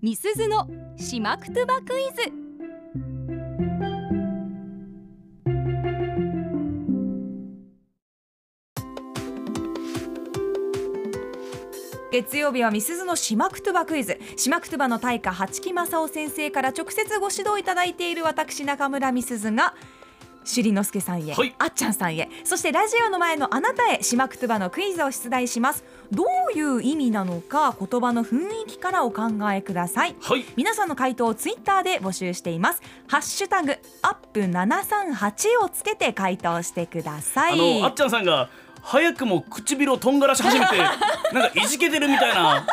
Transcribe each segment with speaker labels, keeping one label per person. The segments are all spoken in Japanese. Speaker 1: みすずのしまくとばクイズ
Speaker 2: 月曜日はみすずのしまくとばクイズしまくとばの大家八木正夫先生から直接ご指導いただいている私中村みすずが朱里之助さんへ、
Speaker 3: はい
Speaker 2: あっちゃんさんへそしてラジオの前のあなたへしまくとばのクイズを出題しますどういう意味なのか言葉の雰囲気からお考えください
Speaker 3: はい
Speaker 2: 皆さんの回答をツイッターで募集していますハッシュタグアップ738をつけて回答してください
Speaker 3: あのあっちゃんさんが早くも唇をとんがらし 始めてなんかいじけてるみたいな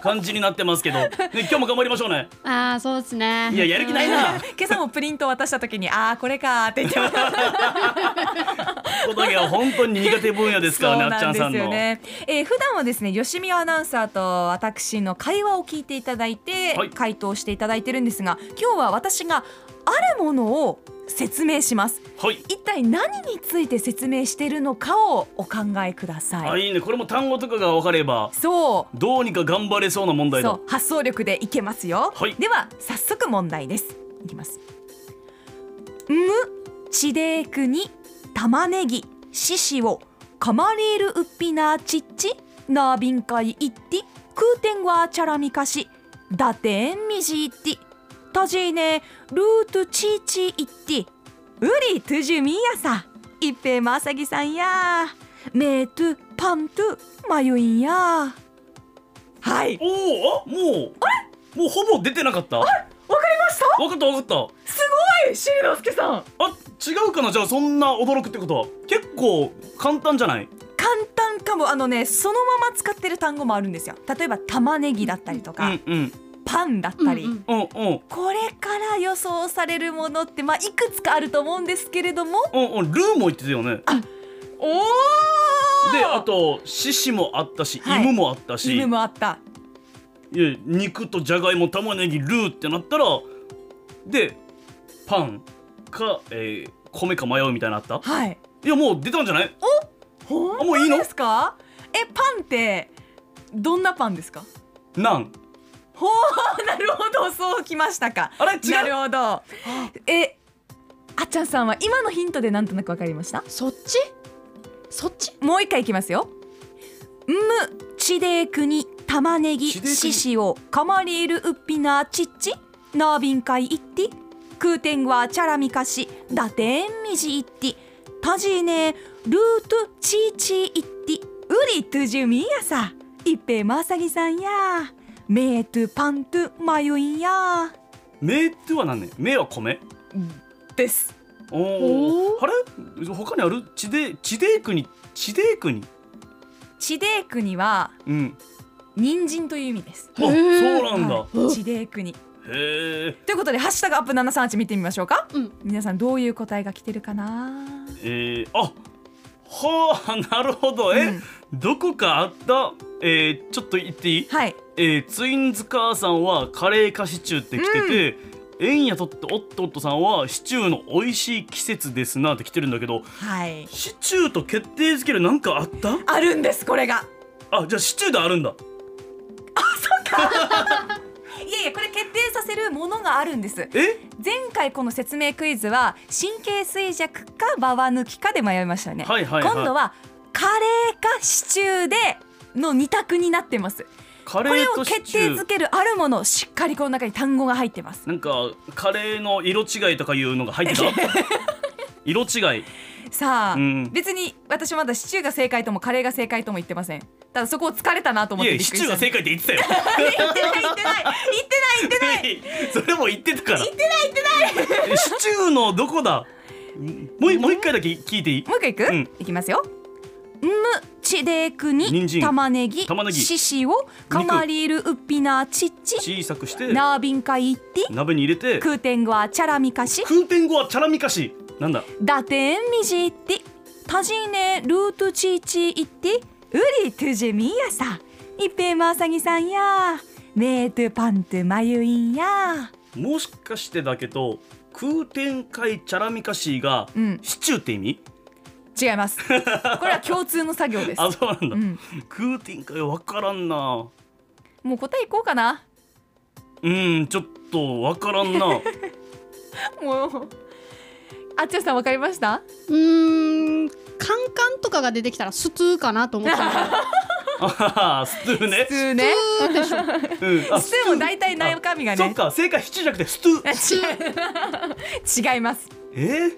Speaker 3: 感じになってますけど、ね、今日も頑張りましょうね
Speaker 4: ああそうですね
Speaker 3: いややる気ないな
Speaker 2: 今朝もプリント渡した時にああこれかーって言ってました
Speaker 3: 小竹は本当に苦手分野ですからねあっちゃんさ
Speaker 2: そうな
Speaker 3: んの、
Speaker 2: んですよね。えー普段はですね、吉見アナウンサーと私の会話を聞いていただいて、
Speaker 3: はい
Speaker 2: 回答していただいてるんですが、今日は私があるものを説明します。
Speaker 3: はい
Speaker 2: 一体何について説明しているのかをお考えください。
Speaker 3: あいいねこれも単語とかが分かれば
Speaker 2: そう。
Speaker 3: どうにか頑張れそうな問題
Speaker 2: そ
Speaker 3: だ
Speaker 2: う発想力でいけますよ、
Speaker 3: はい
Speaker 2: では早速問題ですいきますむ地でーくに玉ねぎししをカマリールウッピナーチッチナービンカイイッティクーテンワーチャラミカシダテンミジイッティタジーネルートチーチイッティウリトゥジュミヤサ一平正義さんやメートゥパントゥマユインやはい
Speaker 3: おおあもうもうほぼ出てなかったわか
Speaker 2: わかりました
Speaker 3: ったわかった
Speaker 2: すごいしりのすけさん
Speaker 3: あ違うかなじゃあそんな驚くってことは結構簡単じゃない
Speaker 2: 簡単かもあのねそのまま使ってる単語もあるんですよ例えば玉ねぎだったりと
Speaker 3: う
Speaker 2: か、
Speaker 3: んうん
Speaker 2: パンだっ
Speaker 4: うんう
Speaker 2: たり、
Speaker 3: う
Speaker 4: ん
Speaker 3: んうん
Speaker 2: これから予想されるものってまあいくつかあると思うんですけれども
Speaker 3: うんうんルーも言ってたよね
Speaker 2: お
Speaker 3: であと獅子もあったし、
Speaker 2: はい
Speaker 3: 芋もあったし
Speaker 2: 犬もあった
Speaker 3: いや肉とじゃがいも玉ねぎルーってなったらでパンか、えー米か迷うみたいなのあった
Speaker 2: はい
Speaker 3: いやもう出たんじゃない
Speaker 2: 本
Speaker 3: も
Speaker 2: 当
Speaker 3: ういいの
Speaker 2: ですかえパンってどんなパンですか
Speaker 3: なん
Speaker 2: ほうなるほどそうきましたか
Speaker 3: あれ違
Speaker 2: なる
Speaker 3: う
Speaker 2: ほどえあっちゃんさんは今のヒントでなんとなくわかりました
Speaker 4: そっちそっち
Speaker 2: もう一回いきますよ。む、ちでくに、玉ねぎ、
Speaker 3: 地でくに
Speaker 2: ししお、かまりいるうっぴなちっち。なびんかいいって。くうてんはちゃらみかし、だてんみじいって。たじいね、ルートちーちいって。うりとじゅみやさ。いっぺまさぎさんや。めーとパンとまゆいんや。
Speaker 3: 目っては何ね目は米
Speaker 2: です。
Speaker 3: おお
Speaker 4: おー
Speaker 3: あれ他にある地で地で国地で国
Speaker 2: ちでくには、
Speaker 3: うん
Speaker 2: 人参という意味です。
Speaker 3: あそうなんだ、
Speaker 2: はいちでくに。
Speaker 3: へえ
Speaker 2: ということで「ハッシュタグアップ738」見てみましょうか、
Speaker 4: うん
Speaker 2: 皆さんどういう答えが来てるかな
Speaker 3: えー、あはあなるほどえ、
Speaker 2: うん
Speaker 3: どこかあったえー、ちょっと言っていい
Speaker 2: はい
Speaker 3: えーツインズ母さんはカレーかシチューって来てて、えんやとっておっとっとさんはシチューの美味しい季節ですなって来てるんだけど
Speaker 2: はい
Speaker 3: シチューと決定づけるなんかあった
Speaker 2: あるんですこれが
Speaker 3: あじゃあシチューであるんだ
Speaker 2: いやいやこれ決定させるものがあるんです
Speaker 3: え
Speaker 2: 前回この説明クイズは神経衰弱かババ抜きかで迷いましたよね、
Speaker 3: はいはいはい
Speaker 2: 今度はカレーかシチューでの二択になってます
Speaker 3: カ
Speaker 2: こ
Speaker 3: レ
Speaker 2: れ
Speaker 3: ー
Speaker 2: を
Speaker 3: とシ
Speaker 2: 決
Speaker 3: チ
Speaker 2: 定
Speaker 3: ュ
Speaker 2: づ
Speaker 3: ー
Speaker 2: けるあるものしっかりこの中に単語が入ってます
Speaker 3: なんかカレーの色違いとかいうのが入ってた 色違い
Speaker 2: さあ、
Speaker 3: うん
Speaker 2: 別に私まだシチューが正解ともカレーが正解とも言ってませんただそこを疲れたなと思
Speaker 3: い
Speaker 2: ってびっ
Speaker 3: やシ
Speaker 2: くり
Speaker 3: チュ
Speaker 2: し
Speaker 3: ー
Speaker 2: た
Speaker 3: が
Speaker 2: んです
Speaker 3: 正解って言ってたよ
Speaker 2: 言ってない言ってない言ってない言ってない
Speaker 3: それも言ってたから言ってない言ってないシチューのどこだもうもう一回だけ聞いていい
Speaker 2: もう一回いく、
Speaker 3: うん
Speaker 2: いきますよむちでくに
Speaker 3: 人参
Speaker 2: 玉ねぎ
Speaker 3: 玉ねぎ
Speaker 2: ししをかまりるうっぴなちっち
Speaker 3: 小さくして
Speaker 2: なーびんかいって
Speaker 3: 鍋に入れて
Speaker 2: くうてんごはちゃらみかし
Speaker 3: 空天語はチャラミカシなんだ
Speaker 2: だてんみじってたじねルートちーちいってうりとじみやさいっぺんまさぎさんやめーとパンとまゆいんや
Speaker 3: もしかしてだけど空天会チャラミカシが
Speaker 2: うん
Speaker 3: シチューって意味、
Speaker 2: 違いますこ れは共通の作業です
Speaker 3: あそうなんだ、
Speaker 2: うん
Speaker 3: 空天会わからんな
Speaker 2: もう答えいこうかな
Speaker 3: うんちょっとわからん な
Speaker 2: もうあっちょさんわかりました
Speaker 4: うーんカンカンとかが出てきたらスツーかなと思 ったんだけど
Speaker 3: あははストゥーね
Speaker 2: 普通ね
Speaker 4: スツーでしょ
Speaker 3: うんあ
Speaker 2: 普通も大体中身が
Speaker 3: そっ
Speaker 2: ね
Speaker 3: か正解七じゃなくてス トゥー
Speaker 2: 違います
Speaker 3: え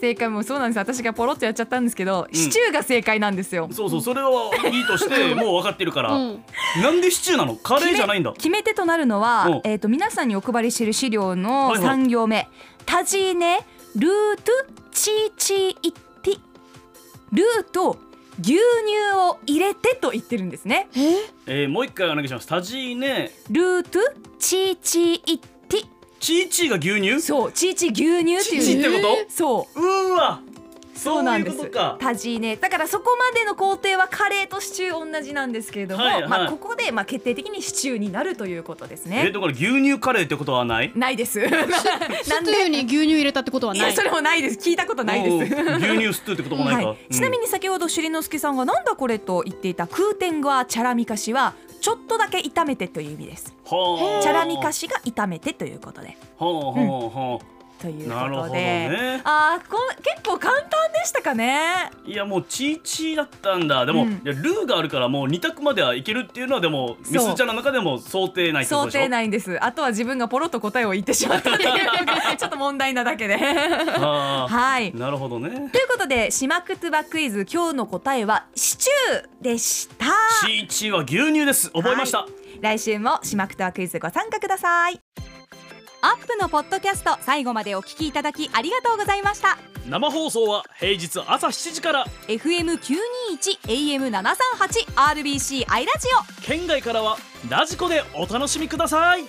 Speaker 2: 正解もそうなんです私がポロッとやっちゃったんですけど、シチューが正解なんですよ
Speaker 3: そうそうそれはいいとしてもう分かってるから、
Speaker 4: うん
Speaker 3: なんでシチューなのカレーじゃないんだ
Speaker 2: 決め手となるのは
Speaker 3: うん、
Speaker 2: えー、と皆さんにお配りしている資料の
Speaker 3: はいはい
Speaker 2: 3行目「タジーネルートチーチーイッティ」ルート牛乳を入れてと言ってるんですね。
Speaker 4: え
Speaker 3: えー、もう一回お願いしますタジーネ
Speaker 2: ルートチーチーイッティ
Speaker 3: チーチーが牛乳
Speaker 2: そうチーチー牛乳って
Speaker 3: チ
Speaker 2: い
Speaker 3: ー
Speaker 2: う
Speaker 3: チーってこ
Speaker 4: え
Speaker 3: と
Speaker 2: そう
Speaker 3: うーわ
Speaker 2: そうなんです
Speaker 3: そういうことか
Speaker 2: タジーネだからそこまでの工程はカレーとシチュー同じなんですけれども、
Speaker 3: はいはい
Speaker 2: まあ、ここでまあ決定的にシチューになるということです
Speaker 3: えー、
Speaker 2: ね。
Speaker 3: だから牛乳カレーってことはない
Speaker 2: ないです。な
Speaker 4: スツーに牛乳入れたってことはいな
Speaker 2: や
Speaker 4: い
Speaker 2: それもないです聞いたことないです
Speaker 3: おー牛乳ストゥーってこともないか、
Speaker 2: はい、ちなみ
Speaker 3: に、
Speaker 2: に先ほど朱里之助さんがなんだこれと言っていたクーテンガーチャラミカシはちょっとだけ炒めてという意味です
Speaker 3: はあ
Speaker 2: チャラミカ
Speaker 3: は
Speaker 2: シが炒めてということで
Speaker 3: あはあは
Speaker 2: という
Speaker 3: なる
Speaker 2: こ
Speaker 3: ほ
Speaker 2: と
Speaker 3: ど
Speaker 2: で、
Speaker 3: ね
Speaker 2: あーこ結構簡単でしたかね
Speaker 3: あ、いやもうチーチーだったんだでも、
Speaker 2: うん
Speaker 3: いやルーがあるからもう二択まではいけるっていうのはでも
Speaker 2: そう
Speaker 3: ミスちゃんの中でも想定内ってこ
Speaker 2: 想
Speaker 3: とでしょ
Speaker 2: 定内ですあとは自分がポロッと答えを言ってしまった っていうのがちょっと問題なだけで
Speaker 3: はあ
Speaker 2: はい
Speaker 3: なるほどね
Speaker 2: ということで「しまくつばクイズ」今日の答えはシチューでした
Speaker 3: チーチーは牛乳です覚えました、
Speaker 2: 来週も「しまくとはクイズ」ご参加ください
Speaker 1: アップのポッドキャスト最後までお聞きいただきありがとうございました
Speaker 5: 生放送は平日朝7時から
Speaker 1: FM921 AM738 RBC アイラジオ
Speaker 5: 県外からはラジコでお楽しみください